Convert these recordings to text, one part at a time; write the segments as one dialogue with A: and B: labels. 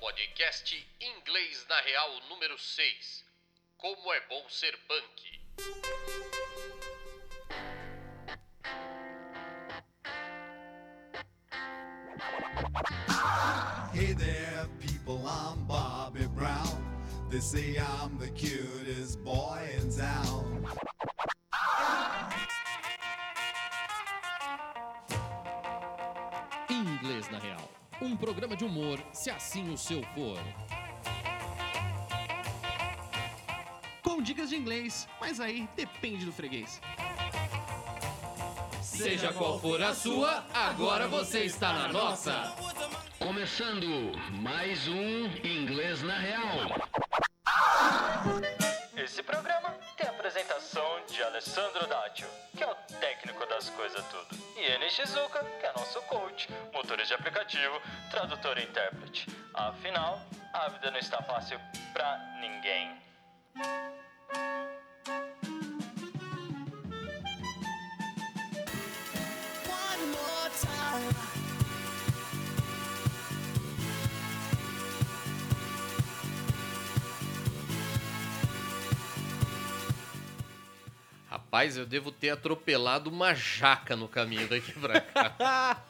A: Podcast Inglês na Real número 6. Como é bom ser punk.
B: Hey there, people, I'm Bobby Brown. They say I'm the cutest boy in town.
C: Inglês na Real. Um programa de humor, se assim o seu for.
D: com dicas de inglês, mas aí depende do freguês.
C: Seja qual for a sua, agora você está na nossa.
E: Começando mais um Inglês na Real.
F: Esse programa tem a apresentação de Alessandro Dátio, que é o técnico das coisas tudo, e Eni Shizuka, que é nosso coach, motorista de aplicativo, tradutor e intérprete. Afinal, a vida não está fácil pra ninguém.
A: Rapaz, eu devo ter atropelado uma jaca no caminho daqui pra cá.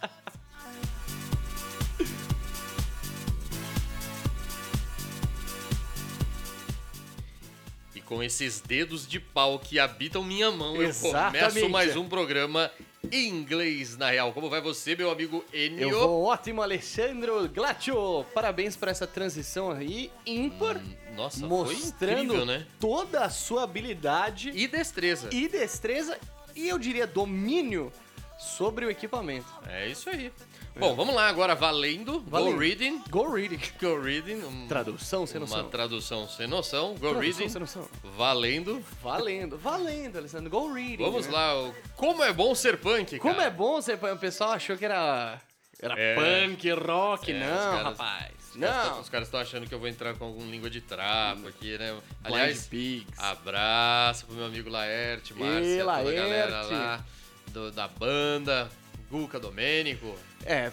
A: e com esses dedos de pau que habitam minha mão, eu começo
G: Exatamente.
A: mais um programa Inglês na Real. Como vai você, meu amigo Enio?
G: Eu vou ótimo, Alexandro Glatio. Parabéns por essa transição aí, ímpar,
A: Nossa, foi
G: mostrando
A: incrível, né?
G: toda a sua habilidade
A: E destreza.
G: e destreza e eu diria domínio sobre o equipamento.
A: É isso aí. Bom, vamos lá agora, valendo. Go
G: Valendo.
A: reading.
G: Go reading.
A: Go reading. um-
G: Tradução sem
A: Uma
G: noção.
A: tradução sem noção. Go
G: Tradução
A: reading.
G: sem noção.
A: Valendo.
G: Valendo, valendo, Alessandro. Go reading.
A: Vamos
G: né?
A: lá. o- Como é bom ser punk,
G: Como é
A: cara.
G: bom ser punk. O pessoal achou que era, era
A: É.
G: punk, rock.
A: É, os
G: não,
A: caras-
G: rapaz.
A: Os caras tão-
G: Não. Hum.
A: Os caras estão achando que eu vou entrar com algum língua de trapo aqui, né?
G: Blind
A: Aliás,
G: Pigs.
A: abraço pro meu amigo Laerte, Márcia, toda
G: Laerte.
A: a galera lá do- da banda, Guca Domênico,
G: É.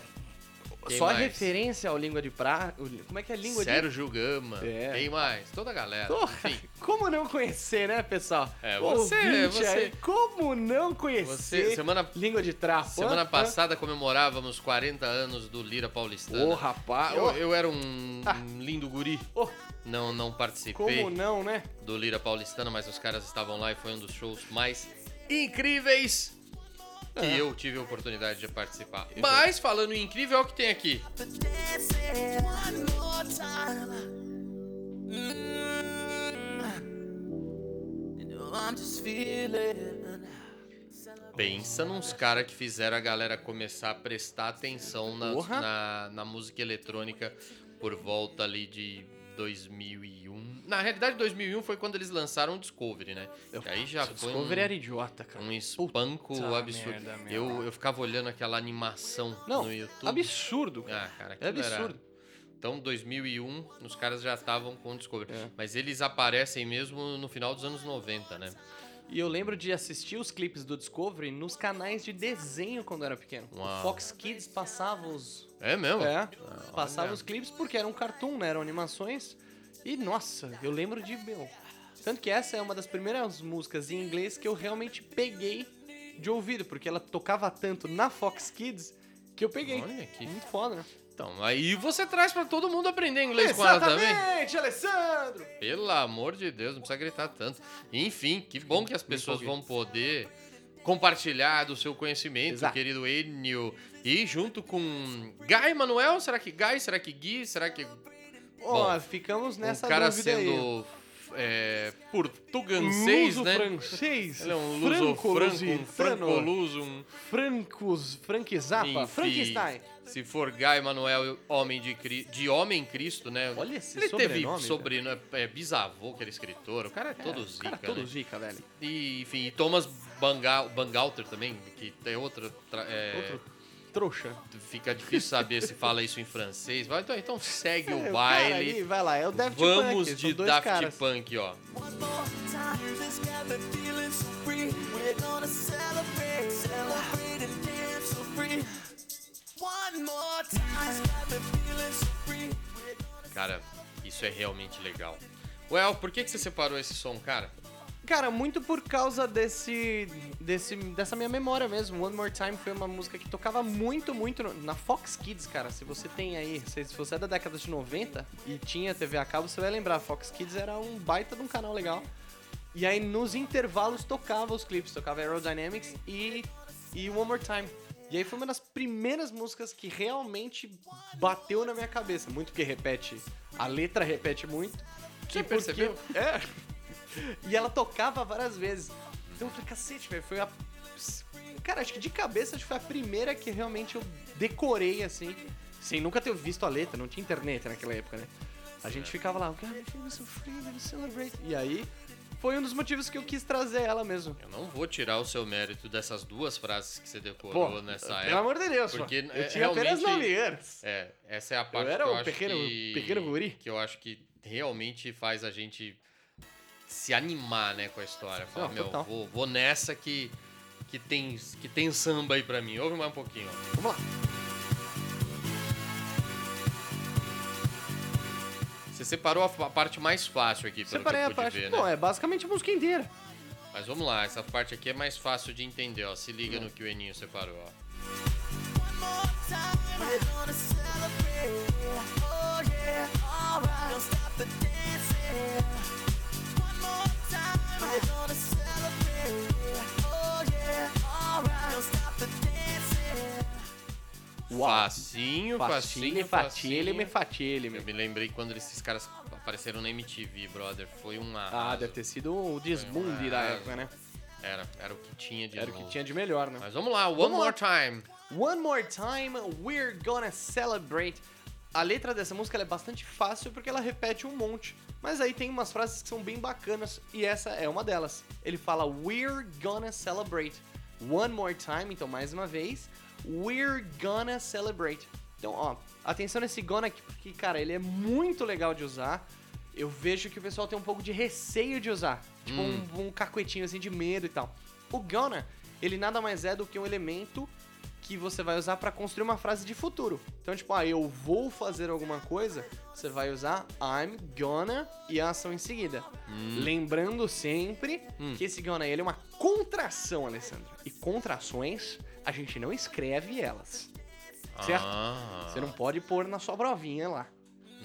A: Quem
G: só
A: mais?
G: referência ao língua de pra... o- Como é que é língua de...
A: Sérgio Gama,
G: É.
A: quem mais? Toda a galera.
G: Porra,
A: Enfim,
G: como não conhecer, né, pessoal?
A: É,
G: O
A: você-
G: ouvinte
A: você-
G: aí, como não conhecer
A: Você- semana-
G: língua de né? trapo?
A: semana
G: hã?
A: passada comemorávamos 40 anos do Lira Paulistana. Ah,
G: Ô, rapaz,
A: Eu,
G: ô,
A: eu era um lindo guri.
G: ô,
A: Não, não participei
G: Ah. como não, né?
A: do Lira Paulistana, mas os caras estavam lá e foi um dos shows mais incríveis que
G: É.
A: eu tive a oportunidade de participar.
G: Então.
A: Mas falando em incrível, é o que tem aqui. Pensa nos caras que fizeram a galera começar a prestar atenção na,
G: Porra.
A: na, na música eletrônica por volta ali de 2001. Na realidade, 2001 foi quando eles lançaram o Discovery, né? Que aí já foi um,
G: Discovery era idiota, cara.
A: um espanco
G: Puta
A: absurdo.
G: merda, meu.
A: eu, eu ficava olhando aquela animação
G: Não,
A: no YouTube.
G: absurdo,
A: Ah,
G: cara.
A: cara,
G: É
A: aquilo era-
G: absurdo.
A: Então, 2001, os caras já estavam com o Discovery.
G: É.
A: Mas eles aparecem mesmo no final dos anos 90, né?
G: E eu lembro de assistir os clipes do Discovery nos canais de desenho quando eu era pequeno.
A: Uau.
G: O Fox Kids passava os
A: É mesmo?
G: É,
A: olha.
G: passava os clipes porque era um cartoon, né? Eram animações. E nossa, eu lembro de meu. Tanto que essa é uma das primeiras músicas em inglês que eu realmente peguei de ouvido, porque ela tocava tanto na Fox Kids que eu peguei.
A: Olha que-
G: Muito foda, né?
A: Então, aí você traz pra todo mundo aprender inglês com ela também.
G: Exatamente, Alessandro!
A: Pelo amor de Deus, não precisa gritar tanto. Enfim, que bom que as pessoas vão poder compartilhar do seu conhecimento,
G: Exato.
A: querido Enio. E junto com Guy Manuel, será que Guy, será que Gui, será que
G: Ó,
A: Bom,
G: ficamos nessa
A: um cara
G: dúvida aí.
A: sendo é, portugansês, né?
G: francês,
A: Ele é um luso-franco, um
G: franco-lusitano,
A: franco-luso, um...
G: francos, Frank Zappa,
A: Enfim,
G: Frankenstein.
A: Se for Guy Manuel, homem de, Cri- de homem Cristo, né?
G: Olha esse
A: ele
G: sobrenome,
A: teve sobrenome, é, bisavô, que era escritor. O cara é todo zica,
G: Cara,
A: né?
G: todo zica, velho.
A: E, enfim, e Thomas Bangal, Bangalter também, que tem outra... tra- é,
G: Outro trouxa.
A: Fica difícil saber se fala isso em francês. Vai, Então, então segue
G: É,
A: o
G: cara ali,
A: baile.
G: vai lá, é o Daft
A: Vamos
G: Punk,
A: de
G: são dois
A: Daft
G: caras.
A: Punk, ó. Cara, isso é realmente legal. Well, por que, que você separou esse som, cara?
G: Cara, muito por causa desse, desse. dessa minha memória mesmo. One More Time foi uma música que tocava muito, muito no- na Fox Kids, cara. Se você tem aí, se se você é da década de 90 e tinha TV a cabo, você vai lembrar. Fox Kids era um baita de um canal legal. E aí nos intervalos tocava os clipes, tocava Aerodynamics e, e One More Time. E aí foi uma das primeiras músicas que realmente bateu na minha cabeça. Muito porque repete, a letra repete muito.
A: Você
G: E porque-
A: percebeu?
G: É. E ela tocava várias vezes. Então eu falei, cacete, velho, foi a. Cara, acho que de cabeça acho que foi a primeira que realmente eu decorei assim. Sem nunca ter visto a letra, não tinha internet naquela época, né? A gente ficava lá, God, I feel so free, let's celebrate. E aí, foi um dos motivos que eu quis trazer ela mesmo.
A: Eu não vou tirar o seu mérito dessas duas frases que você decorou nessa
G: Pelo
A: época.
G: amor de Deus,
A: Ah, é? Porque
G: pô.
A: é-
G: Eu tinha apenas
A: realmente-
G: 9 anos.
A: É, essa é a parte
G: era
A: que eu
G: um
A: acho
G: pequeno-
A: que,
G: pequeno guri.
A: que eu acho que realmente faz a gente se animar, né, com a história. Falar,
G: Não,
A: meu,
G: total.
A: vou, vou nessa que, que, tem, que tem samba aí pra mim. Ouve mais um pouquinho. ó.
G: Vamos lá.
A: Você separou a fa- parte mais fácil aqui, pelo
G: Separei
A: que eu
G: a
A: pude
G: parte.
A: ver,
G: Bom,
A: né?
G: é basicamente a música inteira.
A: Mas vamos lá, essa parte aqui é mais fácil de entender, ó. Se liga
G: Hum.
A: no que o Eninho separou, ó.
H: Oh, Oh,
A: Facinho,
G: Fatilha,
A: facinho, facinho.
G: fatilha, me fatilha,
A: Eu
G: meu.
A: me lembrei quando esses caras apareceram na MTV, brother. Foi um
G: Ah,
A: arraso.
G: deve ter sido o desbunde da
A: arraso.
G: época, né?
A: Era, era o que tinha de
G: Era o que
A: novo.
G: tinha de melhor, né?
A: Mas vamos lá, One
G: Vamos
A: More
G: lá.
A: Time.
G: One More Time, We're Gonna Celebrate. A letra dessa música ela é bastante fácil porque ela repete um monte. Mas aí tem umas frases que são bem bacanas e essa é uma delas. Ele fala We're Gonna Celebrate. One More Time, então mais uma vez. We're Gonna Celebrate. Então, ó, atenção nesse gonna aqui porque, cara, ele é muito legal de usar. Eu vejo que o pessoal tem um pouco de receio de usar. Tipo, um, um cacuetinho assim de medo e tal. O gonna, ele nada mais é do que um elemento que você vai usar pra construir uma frase de futuro. Então, tipo, ah, eu vou fazer alguma coisa, você vai usar I'm gonna e a ação em seguida. Lembrando sempre que esse gonna ele é uma contração, Alessandro. E contrações, a gente não escreve elas. Certo?
A: Ah,
G: Você não pode pôr na sua provinha lá.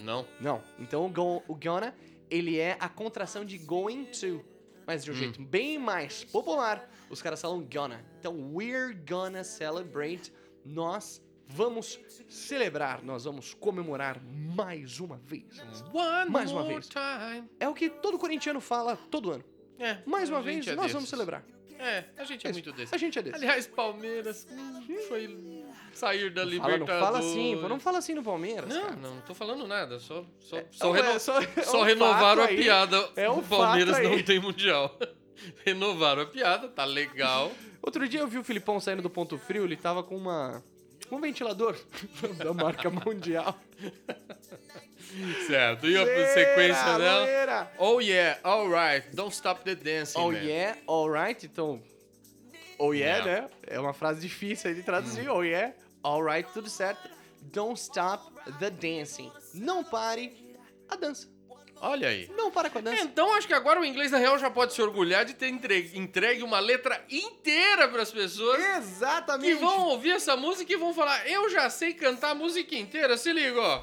A: não.
G: Não. Então o, go, o gonna, ele é a contração de going to. Mas
A: Hum.
G: de um jeito bem mais popular, os caras falam gonna. Então, we're gonna celebrate. Nós vamos celebrar, nós vamos comemorar mais uma vez.
A: Hum. One
G: Mais uma
A: more
G: vez.
A: time.
G: É o que todo corintiano fala todo ano.
A: É,
G: Mais
A: a
G: uma
A: gente
G: vez,
A: é
G: nós
A: desses.
G: vamos celebrar.
A: É, a gente é
G: Isso.
A: muito desse.
G: A gente é desse.
A: Aliás, Palmeiras hum, foi sair da
G: fala, não
A: Libertadores.
G: fala assim, pô, não fala assim no Palmeiras.
A: Não,
G: cara.
A: não tô falando nada, só, só, só,
G: Então,
A: reno-
G: é só- é
A: só
G: um
A: renovaram a
G: fato aí.
A: piada.
G: É um
A: o Palmeiras
G: fato aí.
A: não tem mundial. renovaram a piada, tá legal.
G: Outro dia eu vi o Filipão saindo do ponto frio, ele tava com uma. Um ventilador da marca mundial.
A: Certo, e a sequência dela?
G: Leira.
A: Oh yeah, alright, don't stop the dancing,
G: Oh
A: man.
G: yeah, alright, então. Oh yeah,
A: Yeah. Hum.
G: né? É uma frase difícil aí de traduzir. Oh yeah, alright, tudo certo. Don't stop the dancing. Não pare a dança.
A: Olha aí.
G: Não para com a dança.
A: Então acho que agora o inglês na real já pode se orgulhar de ter entregue, entregue uma letra inteira pras pessoas
G: É,
A: que
G: Exatamente.
A: vão ouvir essa música e vão falar: Eu já sei cantar a música inteira, se liga, ó.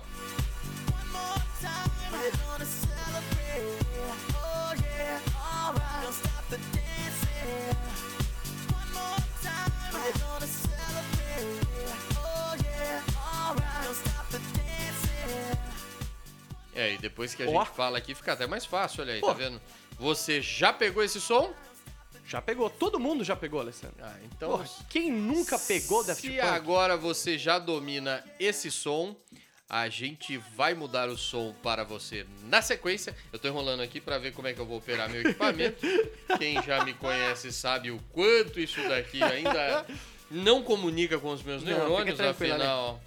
A: É, e depois que a
G: Ó.
A: gente fala aqui fica até mais fácil, olha aí,
G: Pô.
A: tá vendo? Você já pegou esse som?
G: Já pegou. Todo mundo já pegou, Alessandro.
A: Ah,
G: Pô,
A: então.
G: quem nunca pegou Daft
A: Se
G: Punk?
A: agora você já domina esse som, a gente vai mudar o som para você na sequência. Eu tô enrolando aqui para ver como é que eu vou operar meu equipamento. Quem já me conhece sabe o quanto isso daqui ainda não comunica com os meus
G: Não,
A: neurônios,
G: fica tranquilo,
A: afinal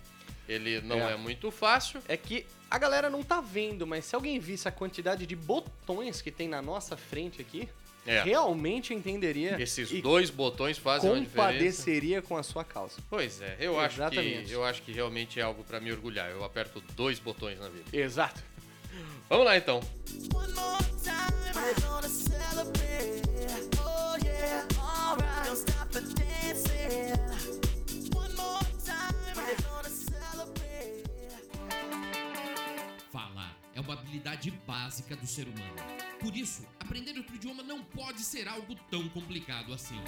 A: ele não
G: É.
A: é muito fácil.
G: É que a galera não tá vendo, mas se alguém visse a quantidade de botões que tem na nossa frente aqui,
A: É.
G: realmente entenderia
A: Esses
G: e
A: dois botões fazem uma diferença.
G: compadeceria com a sua causa.
A: Pois é, eu acho, que,
G: Exatamente.
A: eu acho que realmente é algo para me orgulhar. Eu aperto dois botões na vida.
G: Exato.
A: Vamos lá então.
H: One more time, we're gonna celebrate. Oh yeah, alright. Don't stop the dancing. One more time, we're gonna celebrate.
C: Falar é uma habilidade básica do ser humano. Por isso, aprender outro idioma não pode ser algo tão complicado assim.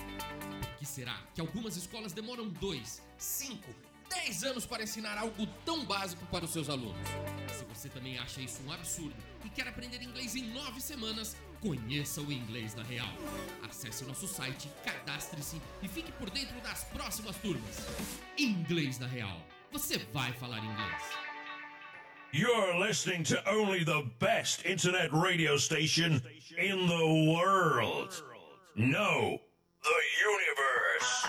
C: Por que será que algumas escolas demoram dois, cinco, dez anos para ensinar algo tão básico para os seus alunos? Se você também acha isso um absurdo e quer aprender inglês em nove semanas, conheça o Inglês na Real. Acesse nosso site, cadastre-se e fique por dentro das próximas turmas. Inglês na Real. Você vai falar inglês.
I: You're listening to only the best internet radio station in the world. No, the universe.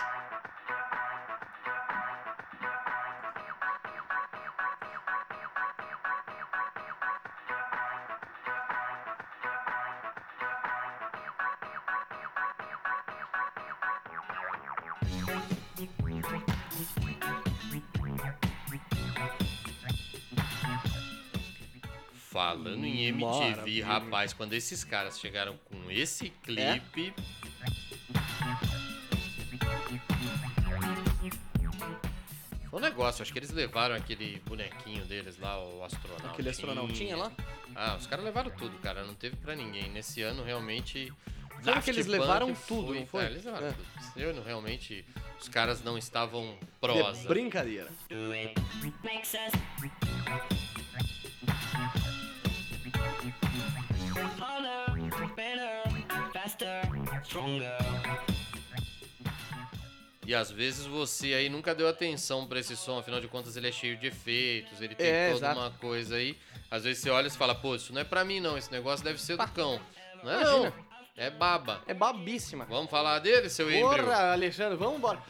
A: Falando em MTV, rapaz, quando esses caras chegaram com
G: É?
A: esse clipe. Foi um negócio, acho que eles levaram aquele bonequinho deles lá, o astronauta.
G: Aquele astronautinha lá.
A: Ah, os caras levaram tudo, cara. Não teve pra ninguém. Nesse ano, realmente.
G: Claro que eles levaram
A: Punk
G: tudo, não foi?
A: É, eles levaram
G: É.
A: tudo. Esse ano, realmente, os caras não estavam
G: É
A: prosa.
G: brincadeira.
A: E às vezes você aí nunca deu atenção pra esse som, afinal de contas ele é cheio de efeitos, ele tem
G: É,
A: toda
G: exato.
A: uma coisa aí. Às vezes você olha e você fala, pô, isso não é pra mim não, esse negócio deve ser do cão. Não é não,
G: imagina.
A: é baba.
G: É babíssima.
A: Vamos falar dele, seu embrio?
G: Porra, Alexandre, vamos embora.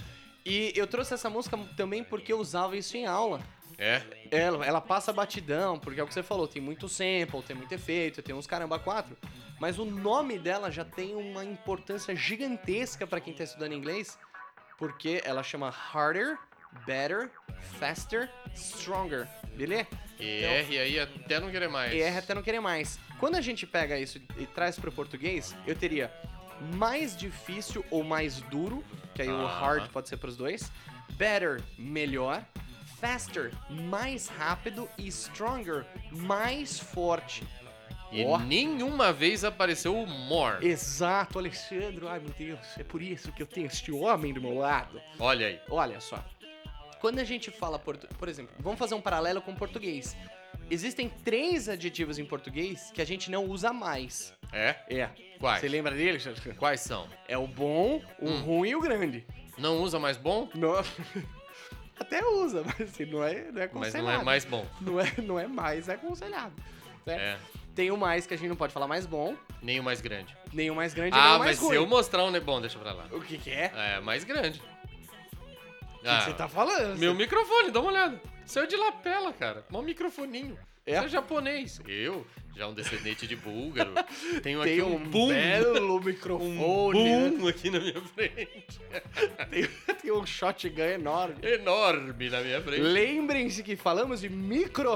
G: E eu trouxe essa música também porque eu usava isso em aula.
A: É,
G: Ela, ela passa batidão, porque é o que você falou, tem muito sample, tem muito efeito, tem uns caramba quatro. Mas o nome dela já tem uma importância gigantesca pra quem tá estudando inglês, porque ela chama Harder, Better, Faster, Stronger, beleza?
A: e erre aí até não querer mais.
G: Então, E erra até não querer mais. Quando a gente pega isso e traz pro português, eu teria mais difícil ou mais duro, que aí o
A: Ah.
G: hard pode ser pros dois. Better, melhor. Faster, mais rápido. E stronger, mais forte.
A: E
G: Ó.
A: nenhuma vez apareceu o more.
G: Exato, Alexandre. Ai, meu Deus, é por isso que eu tenho este homem do meu lado.
A: Olha aí.
G: Olha só. Quando a gente fala portu... por exemplo, vamos fazer um paralelo com o português. Existem três adjetivos em português que a gente não usa mais.
A: É?
G: É.
A: Quais?
G: Você lembra deles?
A: Quais são?
G: É o bom, o
A: Hum.
G: ruim e o grande.
A: Não usa mais bom,
G: Não- Até usa, mas assim, não é, não é aconselhado.
A: mas não é mais bom.
G: Não é, não é mais aconselhado. né?
A: É,
G: Tem o mais que a gente não pode falar mais bom,
A: nem o mais grande.
G: nem o mais grande, nem
A: Ah,
G: o mais
A: mas se
G: ruim.
A: eu mostrar um... ne- Bom, deixa pra lá.
G: O que que é? O
A: É, mais grande.
G: que que você tá falando?
A: Ah. Meu microfone, dá uma olhada. Saiu de lapela, cara. Mó microfoninho.
G: É?
A: Você é japonês. Eu, já um descendente de búlgaro, tenho aqui
G: Tem
A: um,
G: um,
A: boom.
G: belo
A: Um
G: microfone, né?
A: boom aqui na minha frente.
G: tem, tem um shotgun enorme.
A: Enorme na minha frente.
G: Lembrem-se que falamos de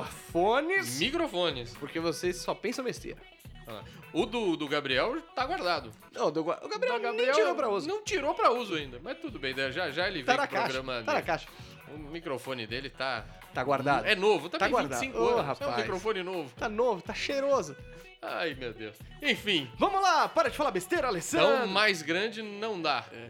G: microfones,
A: Microfones.
G: porque vocês só pensam besteira.
A: Ah, O do, do Gabriel tá guardado.
G: Não, do- o Gabriel,
A: O
G: nem tirou pra uso.
A: Não tirou pra uso ainda. Mas tudo bem, né? já, já ele
G: Tá
A: veio
G: na
A: pro
G: caixa,
A: programa
G: tá na
A: dele.
G: caixa.
A: O microfone dele tá.
G: Tá guardado.
A: É novo, tá,
G: Tá
A: tem
G: guardado.
A: 25
G: Ô,
A: anos. É um
G: rapaz.
A: microfone novo.
G: Tá novo, tá cheiroso.
A: Ai, meu Deus. Enfim,
G: Vamos lá, para de falar besteira,
A: então
G: Alessandro. O
A: mais grande não dá.
G: É.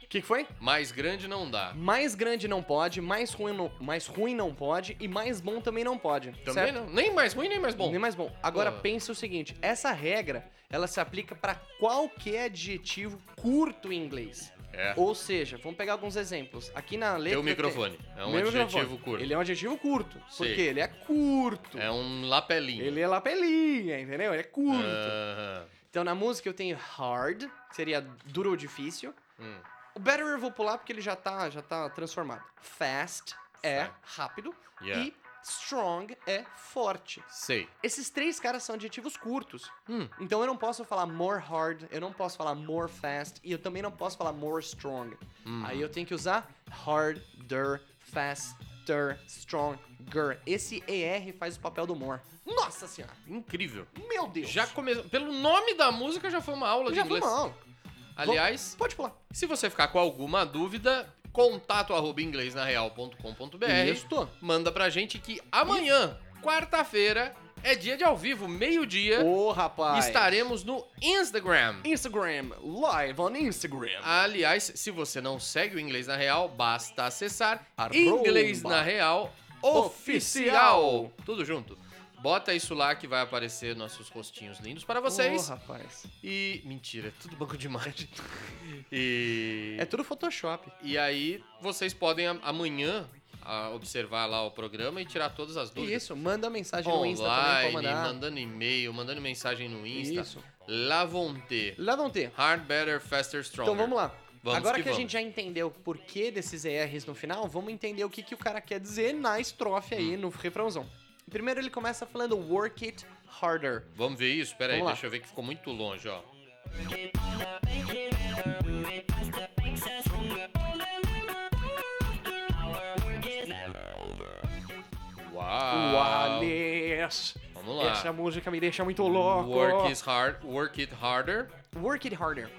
G: que, que foi?
A: Mais grande não dá.
G: Mais grande não pode, mais ruim não, mais ruim não pode e mais bom também não pode.
A: Também
G: certo?
A: não. Nem mais ruim, nem mais bom.
G: Nem mais bom. Agora
A: Pô.
G: pensa o seguinte, essa regra, ela se aplica para qualquer adjetivo curto em inglês.
A: É.
G: Ou seja, vamos pegar alguns exemplos. Aqui na letra
A: Teu microfone. É um
G: Meu
A: adjetivo
G: microfone.
A: curto.
G: Ele é um adjetivo curto,
A: Sei.
G: porque ele é curto.
A: É um lapelinho.
G: Ele é lapelinha, entendeu? Ele é curto.
A: Ah. Aham.
G: Então na música eu tenho hard, que seria duro ou difícil.
A: Hum.
G: O better eu vou pular porque ele já tá, já tá transformado. Fast é
A: Certo.
G: rápido
A: Yeah.
G: e strong é forte.
A: Sei.
G: Esses três caras são adjetivos curtos.
A: Hum.
G: Então eu não posso falar more hard, eu não posso falar more fast e eu
A: Hum.
G: também não posso falar more strong. Aí eu tenho que usar harder, faster, Stir Stronger. Esse ER faz o papel do More. Nossa senhora!
A: Incrível.
G: Meu Deus!
A: Já começou. Pelo nome da música já foi uma aula
G: já
A: de
G: foi
A: inglês.
G: uma aula.
A: Aliás,
G: Pode pular.
A: se você ficar com alguma dúvida, contato arroba inglesnareal.com.br.
G: Isto.
A: Manda pra gente que amanhã, quarta-feira, é dia de ao vivo, meio-dia.
G: Ô, rapaz.
A: né? Estaremos no Ah, Instagram.
G: Instagram. Live on Instagram.
A: Aliás, se você não segue o Inglês na Real, basta acessar
G: Arroba.
A: Inglês na Real Oficial.
G: Oficial.
A: Tudo junto. Bota isso lá que vai aparecer nossos rostinhos lindos para vocês.
G: Ô, rapaz.
A: E. Mentira, é tudo banco de imagem. E.
G: É tudo Photoshop.
A: E aí, vocês podem am- amanhã ah, observar lá o programa e tirar todas as
G: E
A: dúvidas.
G: isso, manda mensagem no Insta também pra
A: Online,
G: mandar.
A: mandando e-mail, mandando mensagem no Insta.
G: Isso.
A: Lá vão ter.
G: Lá vão ter.
A: Hard, better, faster, stronger.
G: Então vamos lá.
A: Vamos
G: Agora
A: que
G: que, a
A: vamos.
G: gente já entendeu o porquê desses ERs no final, vamos entender o que, que o cara quer dizer na estrofe aí,
A: Hum.
G: no refrãozão. Primeiro ele começa falando work it harder.
A: Vamos ver isso? Pera aí,
G: Vamos lá.
A: deixa eu ver que ficou muito longe, ó. Uau!
G: Wallace.
A: Ah. Vamos lá.
G: Essa música me deixa muito louco.
A: Work, is hard, work it harder.
G: Work it harder.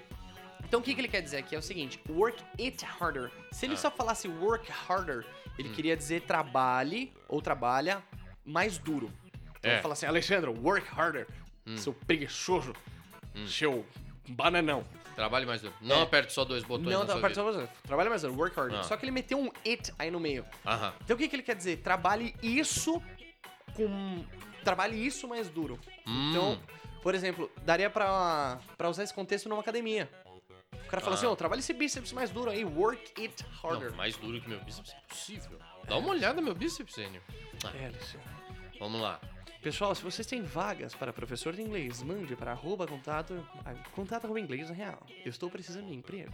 G: Então o que, que ele quer dizer aqui é o seguinte: work it harder. Se
A: Ah.
G: ele só falasse work harder, ele
A: Hum.
G: queria dizer trabalhe ou trabalha mais duro. Então
A: É. Hum.
G: ele fala assim: Alexandre, work harder. Seu preguiçoso. Seu bananão.
A: Trabalhe mais duro. Não aperte só dois botões
G: É. não,
A: na
G: não,
A: sua
G: parte
A: vida.
G: só- trabalha mais duro, work harder.
A: Ah.
G: Só que ele meteu um it aí no meio.
A: Aham.
G: Então o que, que ele quer dizer? Trabalhe isso com. Trabalhe isso mais duro.
A: Hum.
G: Então, por exemplo, daria pra, pra usar esse contexto numa academia. O cara fala
A: Ah.
G: assim, ó, trabalhe esse bíceps mais duro aí, work it harder.
A: Não, mais duro que meu bíceps é possível. Dá uma olhada no meu bíceps, Enio.
G: É, Alexandre.
A: Vamos lá.
G: Pessoal, se vocês têm vagas para professor de inglês, mande para arroba contato, ah, contato arroba inglês na real. Eu estou precisando de emprego.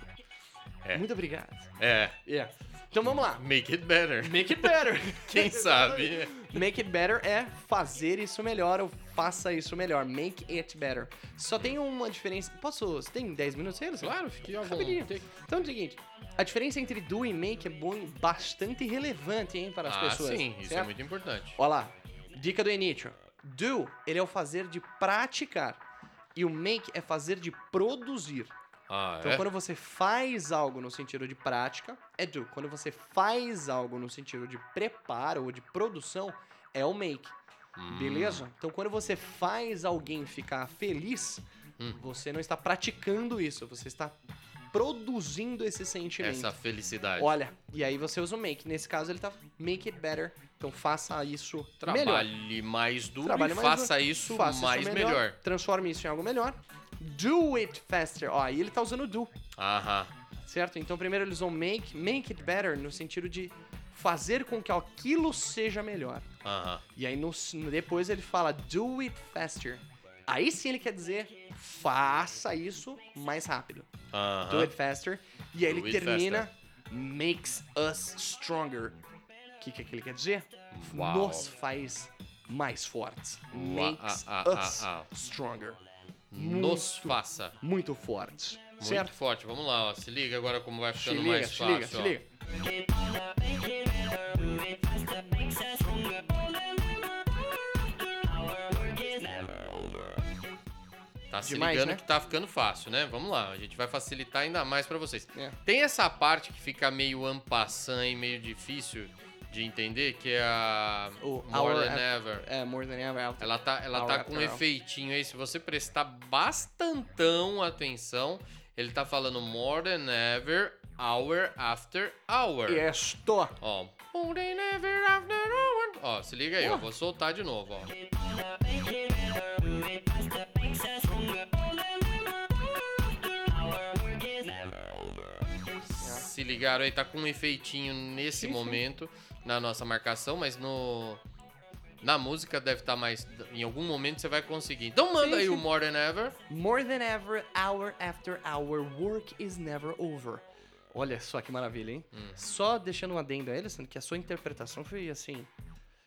A: É.
G: Muito obrigado.
A: É,
G: Yeah. Então vamos lá.
A: make it better.
G: Make it better.
A: Quem sabe?
G: Make it better é fazer isso melhor ou faça isso melhor. Make it better. Só tem uma diferença. Posso? Você tem 10 minutos aí, Alessandro?
A: Claro, tá fique à
G: Rapidinho.
A: vontade.
G: Então é o seguinte: a diferença entre do e make é bom, bastante relevante, hein, para as
A: ah,
G: pessoas. tá
A: sim, isso é
G: certo? Então,
A: muito importante.
G: Olha lá, dica do Enitio. Do, ele é o fazer de praticar. E o make é fazer de produzir.
A: Ah,
G: Então,
A: é?
G: quando você faz algo no sentido de prática, é do. Quando você faz algo no sentido de preparo ou de produção, é o make.
A: Hum.
G: Beleza? Então, quando você faz alguém ficar feliz,
A: Hum.
G: você não está praticando isso, você está produzindo esse sentimento.
A: Essa felicidade.
G: Olha, e aí você usa o make. Nesse caso, ele tá make it better. Então, faça isso melhor.
A: Trabalhe mais duro
G: Trabalhe
A: e
G: mais
A: faça
G: duro.
A: isso
G: Faça
A: mais melhor.
G: Transforme isso em algo melhor. Do it faster. Ó, aí ele tá usando o do.
A: Aham.
G: Certo? Então, primeiro eles vão make, make it better no sentido de fazer com que aquilo seja melhor.
A: Aham.
G: E aí no- depois ele fala do it faster. Aí sim ele quer dizer faça isso mais rápido. Do
A: Aham.
G: it faster. E aí
A: Do
G: ele
A: it
G: termina makes us stronger. O que, que é que ele quer dizer?
A: Uau.
G: Nos faz mais fortes.
A: Ua-
G: Makes
A: ah, ah,
G: us
A: ah, ah.
G: stronger.
A: Nos faça.
G: Muito fortes.
A: Muito
G: certo?
A: forte. Vamos lá, ó. Se liga agora como vai
G: Se
A: ficando
G: liga,
A: mais
G: se
A: fácil.
G: liga, se
A: ó.
G: liga.
A: Tá se
G: Demais,
A: ligando
G: né?
A: que tá ficando fácil, né? Vamos lá, a gente vai facilitar ainda mais pra vocês.
G: É.
A: Tem essa parte que fica meio ampassã e meio difícil de entender, que é a
G: O
A: More
G: our
A: Than
G: app-
A: Ever.
G: É, more than ever. Alta.
A: Ela tá, ela
G: Our
A: tá
G: app
A: com um
G: girl.
A: efeitinho aí. Se você prestar bastantão atenção, ele tá falando more than ever, hour after hour.
G: E é estou.
A: Ó. More than ever after hour. Ó, se liga aí, eu vou soltar de novo, ó. Se ligaram aí, tá com um efeitinho nesse momento na nossa marcação, mas no na música deve estar mais em algum momento você vai conseguir. Então manda
G: Sim,
A: aí o
G: sim.
A: More Than Ever.
G: More than ever, hour after hour, work is never over.
A: Hum.
G: Olha só que maravilha, hein? Só deixando um adendo a ele, sendo que a sua interpretação foi assim.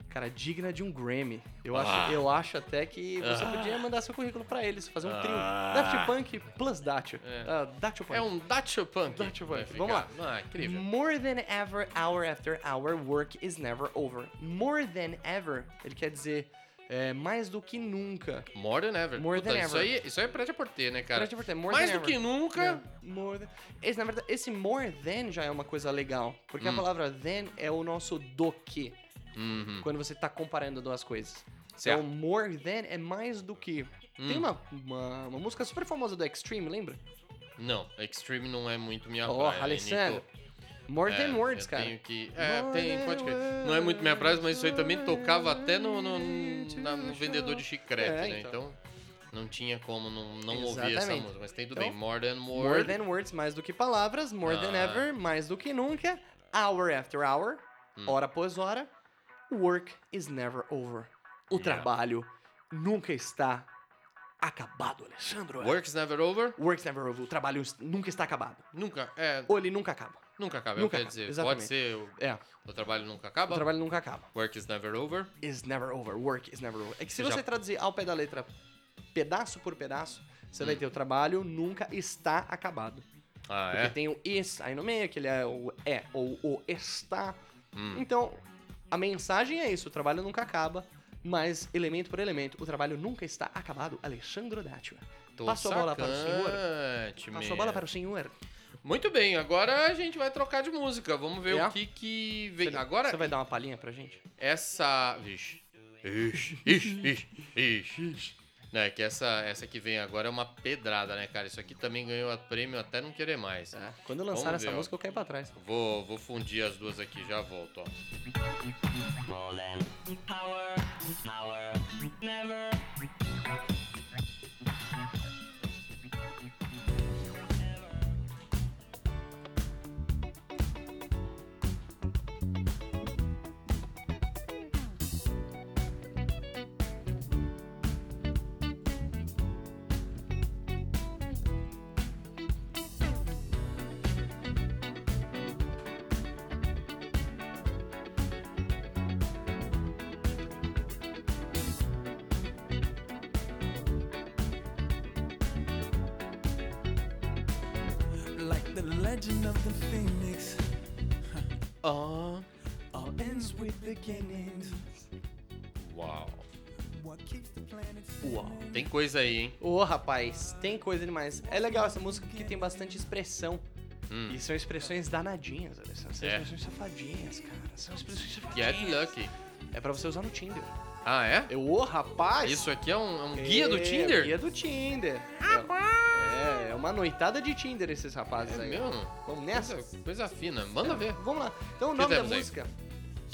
G: Cara, digna de um Grammy. Eu,
A: Ah.
G: acho, eu acho até que você
A: Ah.
G: podia mandar seu currículo pra eles, fazer um trio.
A: Ah.
G: Daft Punk plus Dacho.
A: É.
G: Ah, Dacho Punk.
A: É um Dacho Punk.
G: Dacho Punk.
A: Vai ficar-
G: Vamos lá.
A: Ah, incrível.
G: More than ever, hour after hour, work is never over. More than ever, ele quer dizer é, mais do que nunca.
A: More than ever.
G: More
A: Puta,
G: than
A: isso,
G: ever.
A: Aí, isso aí é prédio por ter, né, cara?
G: Pra te ver, more
A: Mais
G: than
A: do
G: ever.
A: que nunca.
G: É, more than- Esse, na verdade, esse more than já é uma coisa legal. Porque
A: Hum.
G: a palavra than é o nosso do que.
A: Uhum.
G: Quando você tá comparando duas coisas.
A: Certo. Hum.
G: Então, more than é mais do que. Tem uma, uma, uma música super famosa do Extreme, lembra?
A: Não, Extreme não é muito minha
G: Ó,
A: praia.
G: Alessandro.
A: Nico.
G: More
A: É,
G: than words,
A: eu
G: cara.
A: Tenho que... É,
G: More
A: tem,
G: than
A: pode crer. Não é muito minha praia, mas isso aí também tocava até no, no,
G: words,
A: na- no vendedor de chiclete,
G: É,
A: né?
G: então.
A: Então, não tinha como não, não ouvir essa
G: Exatamente.
A: música. Mas tem tudo
G: Então,
A: bem. More than more.
G: More than words, mais do que palavras. More than
A: Ah.
G: ever, mais do que nunca. Hour after hour,
A: Hum.
G: hora após hora. Work is never over. O
A: Yeah.
G: trabalho nunca está acabado, Alexandre.
A: Work's never over.
G: Work's never over. O trabalho est- nunca está acabado.
A: Nunca, é,
G: Ou ele nunca acaba.
A: nunca acaba.
G: nunca
A: eu quero
G: acaba,
A: dizer,
G: exatamente.
A: pode ser o,
G: É,
A: o trabalho nunca
G: o
A: acaba.
G: trabalho nunca acaba.
A: Work is never over.
G: Is never over. Work is never over. É que se
A: Você já-
G: você traduzir ao pé da letra, pedaço por pedaço,
A: Hum.
G: você vai ter o trabalho nunca está acabado.
A: Ah,
G: Porque
A: é?
G: tem o is aí no meio, que ele é o é ou o está.
A: Hum.
G: Então, a mensagem é isso, o trabalho nunca acaba, mas elemento por elemento, o trabalho nunca está acabado. Alexandre Dátil.
A: Tô
G: Passou a bola para o senhor.
A: sacante,
G: Passou
A: man.
G: a bola para o senhor.
A: Muito bem, agora a gente vai trocar de música. Vamos ver
G: É?
A: o que que vem.
G: Você-
A: agora,
G: Você vai dar uma palhinha pra gente?
A: essa... Vixe. Ixi, ixi, ixi, ixi, ixi. Não, é que essa, essa que vem agora é uma pedrada, né, cara? Isso aqui também ganhou prêmio até não querer mais.
G: É, Quando lançaram
A: Vamos
G: essa
A: ver, ó.
G: música, eu caí pra trás.
A: Vou, vou fundir as duas aqui, já volto, ó.
H: Like the legend of the phoenix,
G: Ah,
H: all ends with beginnings.
A: Uau.
H: What keeps the planet
G: uau.
A: Tem coisa aí, hein?
G: Ô, rapaz, tem coisa demais. É legal essa música porque tem bastante expressão. E são expressões danadinhas, Alessandro. São
A: Hum. É.
G: expressões safadinhas, cara. São expressões
A: Get
G: safadinhas.
A: é lucky.
G: É pra você usar no Tinder.
A: Ah, é?
G: Eu, ô, rapaz!
A: Isso aqui é um, é um guia do
G: É,
A: Tinder?
G: Guia do Tinder. Rapaz! É, é uma noitada de Tinder esses rapazes
A: É
G: aí.
A: mesmo?
G: Vamos nessa?
A: Coisa, coisa fina. Manda ver.
G: Vamos lá. Então o nome da
A: Fizemos aí.
G: música.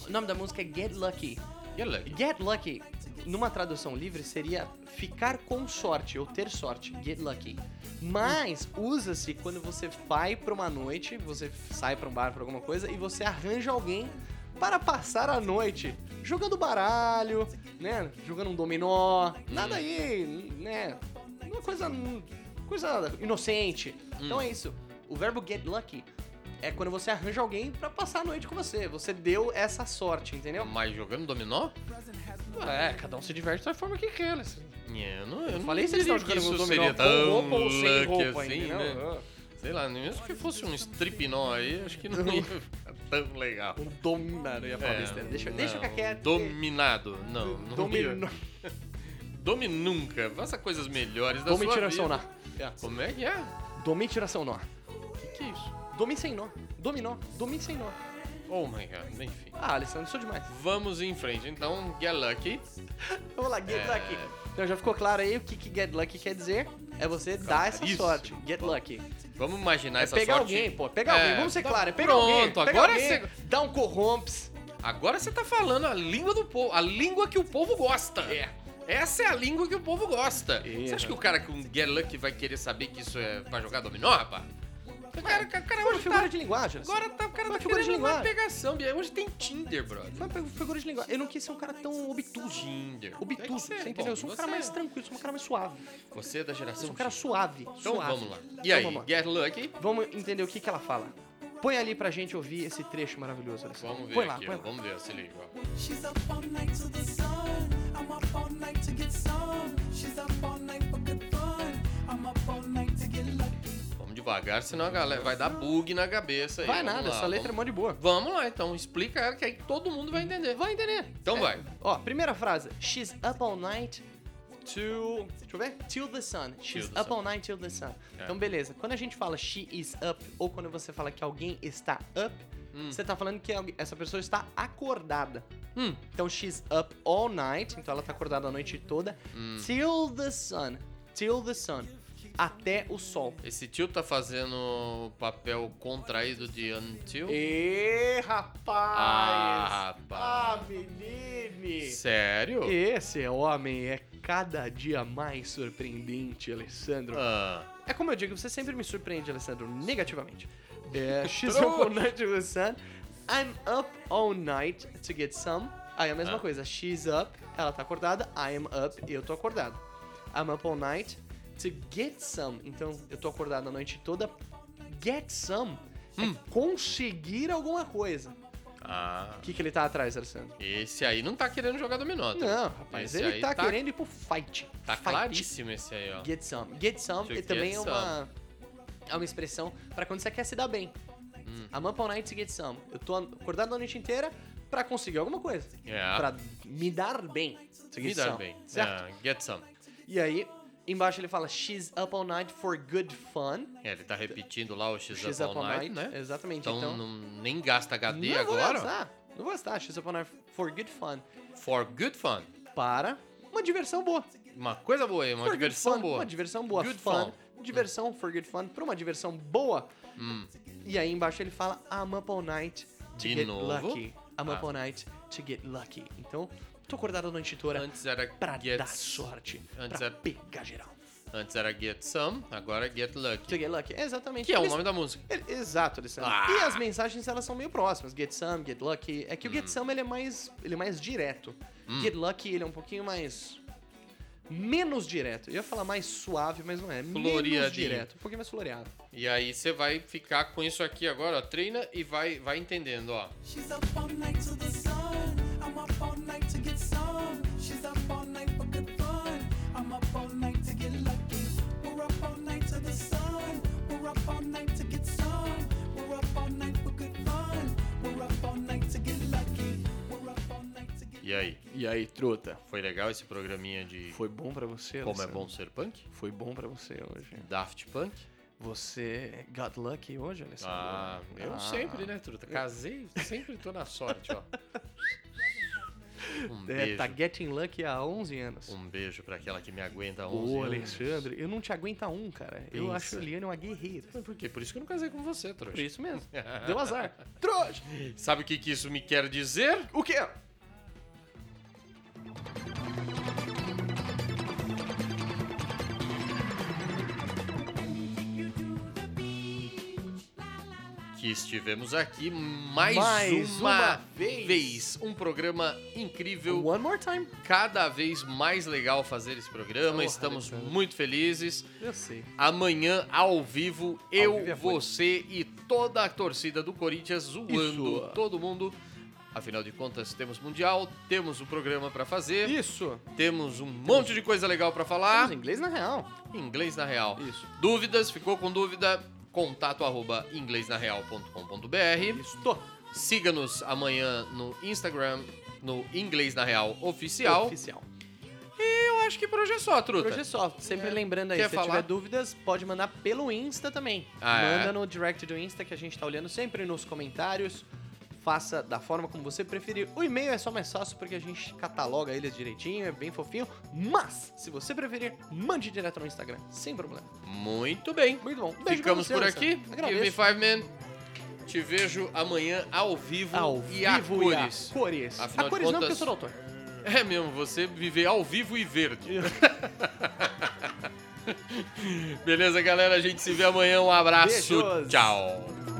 G: O nome da música é Get Lucky.
A: Get lucky.
G: Get lucky, numa tradução livre, seria ficar com sorte ou ter sorte. Get lucky. Mas usa-se quando você vai pra uma noite, você sai pra um bar, pra alguma coisa, e você arranja alguém para passar a noite jogando baralho, né? Jogando um dominó. Nada aí, né? Uma coisa. coisa inocente. Então é isso. O verbo get lucky. É quando você arranja alguém pra passar a noite com você. Você deu essa sorte, entendeu?
A: Mas jogando dominó?
G: É, cada um se diverte da forma que quer. né?
A: É, Eu não, eu
G: Eu
A: não
G: falei se eles
A: diria
G: estão jogando
A: que
G: com
A: isso
G: dominó
A: seria
G: com
A: tão
G: roupa ou sem
A: lucky
G: roupa
A: assim,
G: ainda,
A: né?
G: né?
A: Sei lá, mesmo que fosse um stripnó aí, acho que não ia ficar tão legal.
G: Um dominado, eu ia falar
A: É,
G: besteira. Deixa, deixa eu
A: não,
G: ficar quieto.
A: Dominado. Não, não
G: Domino.
A: ia. Dome nunca. Faça coisas melhores da sua vida.
G: Domitiração nó. É.
A: Como é que é?
G: Domitiração nó.
A: O que, que é isso?
G: Domi sem nó. Dominó. Domi sem nó.
A: Oh my god, enfim.
G: Ah, Alessandro, sou demais.
A: Vamos em frente, então, get lucky.
G: Vamos lá, get lucky. Então já ficou claro aí o que, que get lucky quer dizer? É você dar essa
A: Claríssimo.
G: sorte. Get lucky.
A: Vamos imaginar
G: É
A: essa
G: pegar
A: sorte.
G: alguém, pô. Pegar
A: É,
G: alguém. Vamos ser
A: tá
G: claros. É pegar
A: pronto,
G: alguém.
A: Pronto,
G: pegar
A: agora
G: alguém,
A: você...
G: Dá um corromps.
A: Agora você tá falando a língua do povo, a língua que o povo gosta. É. Essa é a língua que o povo gosta.
G: É.
A: Você acha que o cara com Get Lucky vai querer saber que isso é pra jogar dominó, rapaz? O cara, o cara
G: Foi uma
A: hoje tá,
G: figura de linguagem. Alessandro.
A: agora tá, o cara
G: Uma
A: tá
G: figura de
A: querendo uma
G: linguagem.
A: pegação, Bia. Hoje tem Tinder, brother.
G: Foi uma figura de linguagem. Eu não quis ser um cara tão obtuso.
A: Tinder. Tem é que
G: Obtuso,
A: ser,
G: você
A: bom,
G: entendeu? Eu sou um cara
A: você- é.
G: mais tranquilo, sou um cara mais suave.
A: Você é da geração
G: Sou um cara
A: X.
G: suave.
A: Então
G: suave.
A: vamos lá. E
G: Então
A: aí,
G: vamos lá.
A: Get Lucky?
G: Vamos entender o que, que ela fala. Põe ali pra gente ouvir esse trecho maravilhoso, Alessandro.
A: Vamos ver
G: põe lá,
A: aqui,
G: põe
A: ó.
G: lá.
A: vamos ver, se liga. ó.
H: She's up all night to the sun. I'm up all night to get some. She's up all night for good fun. I'm up all night to get lucky.
A: Vamos devagar, senão a galera vai dar bug na cabeça aí.
G: Vai
A: Vamos
G: nada,
A: lá,
G: essa letra é
A: vamos...
G: mó de boa.
A: Vamos lá, então, explica ela que aí todo mundo vai entender. Vai entender. Então
G: É.
A: vai.
G: Ó, primeira frase. She's up all night to. Deixa eu ver. Till the sun. She's
A: Till the
G: up
A: sun.
G: all night till the sun. Então, beleza. Quando a gente fala she is up, ou quando você fala que alguém está up, você tá falando que algu- essa pessoa está acordada. Então, she's up all night. Então, ela tá acordada a noite toda. Till the sun. Till the sun. Até o sol.
A: Esse tio tá fazendo o papel contraído de until?
G: Ê, rapaz!
A: Ah,
G: Ah,
A: rapaz.
G: menine!
A: Sério?
G: Esse homem é cada dia mais surpreendente, Alessandro.
A: Ah,
G: É como eu digo, você sempre me surpreende, Alessandro, negativamente. É, she's up all night to the sun. I'm up all night to get some. Aí é a mesma
A: Ah.
G: coisa. She's up, ela tá acordada. I am up, eu tô acordado. I'm up all night to get some. Então, eu tô acordado a noite toda. Get some é conseguir alguma coisa.
A: ah,
G: O que, que ele tá atrás, Alessandro?
A: esse aí não tá querendo jogar dominó. tá?
G: Não, rapaz,
A: Esse
G: ele
A: aí
G: tá, querendo ir pro fight.
A: Tá
G: Fight.
A: claríssimo esse aí, ó.
G: Get some. Get some
A: To
G: e também
A: get
G: é uma é uma expressão pra quando você quer se dar bem.
A: Hum.
G: I'm up all night to get some. Eu tô acordado a noite inteira pra conseguir alguma coisa.
A: É.
G: Pra me dar bem. To
A: Me
G: get
A: dá
G: some,
A: bem.
G: Certo?
A: Ah, get some.
G: E aí, embaixo ele fala she's up all night for good fun.
A: É, ele tá repetindo lá o X,
G: She's
A: up all night, né?
G: Exatamente.
A: Então,
G: Então,
A: não, nem gasta HD
G: não vou
A: agora.
G: gastar. Não vou gastar. She's up all night for good fun.
A: For good fun.
G: Para uma diversão boa.
A: Uma coisa boa aí, uma
G: For good
A: diversão
G: fun,
A: boa.
G: Uma diversão boa.
A: Good
G: fun.
A: fun.
G: Diversão, for good fun, pra uma diversão boa. E aí embaixo ele fala I'm up all night to
A: Hum. De
G: get
A: novo?
G: lucky. I'm
A: Ah.
G: up all night to get lucky. Então, tô acordado a noite toda
A: Antes era
G: pra
A: get-
G: dar sorte.
A: antes é
G: pra
A: era-
G: pegar geral.
A: Antes era get some, agora é get
G: To
A: lucky.
G: get lucky. Exatamente.
A: Que é o
G: Eles-
A: nome da música.
G: ele- Exato, Alessandro.
A: Ah. Hum.
G: E as mensagens elas são meio próximas. Get some, get lucky. É que o get some ele é mais, ele é mais direto. Get lucky ele é um pouquinho mais menos direto. Eu ia falar mais suave, mas não é. Menos
A: Floreadinho.
G: direto, um pouquinho mais floreado.
A: E aí você vai ficar com isso aqui agora, ó. Treina e vai, vai entendendo, ó.
H: She's up all night to the sun. I'm up all night to get some. She's up all night for good fun. I'm up all night to get lucky. We're up all night to the sun. We're up all night to get some. We're up all night for good fun. We're up all night to get lucky. We're up all night to get
A: E aí,
G: E aí, truta?
A: foi legal esse programinha de
G: Foi bom pra você?
A: Como é
G: Alessandro?
A: Bom Ser Punk?
G: Foi bom pra você hoje.
A: Daft Punk?
G: Você got lucky hoje, Alessandro?
A: Ah, eu
G: Ah.
A: sempre, né, Truta? Casei, sempre tô na sorte, ó. Um
G: É,
A: beijo.
G: tá getting lucky há 11 anos.
A: Um beijo pra aquela que me aguenta há 11
G: Ô,
A: anos.
G: Alexandre, eu não te aguento a um, cara. Eu
A: Pensa.
G: acho a Eliane uma guerreira.
A: Mas Por quê? Por isso que eu não casei com você, trouxa.
G: Por isso mesmo. Deu azar. Trouxa!
A: Sabe o que, que isso me quer dizer?
G: O quê?
A: Que estivemos aqui mais,
G: Mais uma
A: vez. Um programa incrível.
G: One more time.
A: Cada vez mais legal fazer esse programa.
G: Porra,
A: Estamos
G: Alexandre.
A: muito felizes.
G: Eu sei.
A: Amanhã, ao vivo, eu,
G: vivo é ruim.
A: você e toda a torcida do Corinthians zoando
G: Isso.
A: todo mundo. Afinal de contas, temos Mundial, temos um programa pra fazer,
G: Isso.
A: temos um monte de coisa legal pra falar.
G: Temos inglês na real.
A: Inglês na Real.
G: Isso.
A: Dúvidas? Ficou com dúvida? Contato arroba inglesnareal.com.br.
G: Estou.
A: Siga-nos amanhã no Instagram, no Inglês na Real Oficial.
G: Oficial.
A: E eu acho que por hoje é só, Truta.
G: Por hoje é só. Sempre
A: É.
G: lembrando aí,
A: Quer
G: se
A: falar?
G: tiver dúvidas, pode mandar pelo Insta também.
A: Ah, é.
G: Manda no direct do Insta que a gente tá olhando sempre nos comentários. Faça da forma como você preferir. O e-mail é só mais fácil porque a gente cataloga eles direitinho, é bem fofinho. Mas, se você preferir, mande direto no Instagram, sem problema.
A: Muito bem.
G: Muito bom. Beijo
A: Ficamos
G: pra você,
A: por
G: Alessandro.
A: aqui. Give me
G: Agradeço.
A: five men. Te vejo amanhã ao vivo
G: Ao
A: e a
G: vivo
A: cores.
G: E a cores.
A: Afinal
G: a
A: de
G: cores não, porque eu
A: contas-
G: sou doutor.
A: É mesmo, você viver ao vivo e verde. Beleza, galera? A gente se vê amanhã. Um abraço.
G: Beijos.
A: Tchau.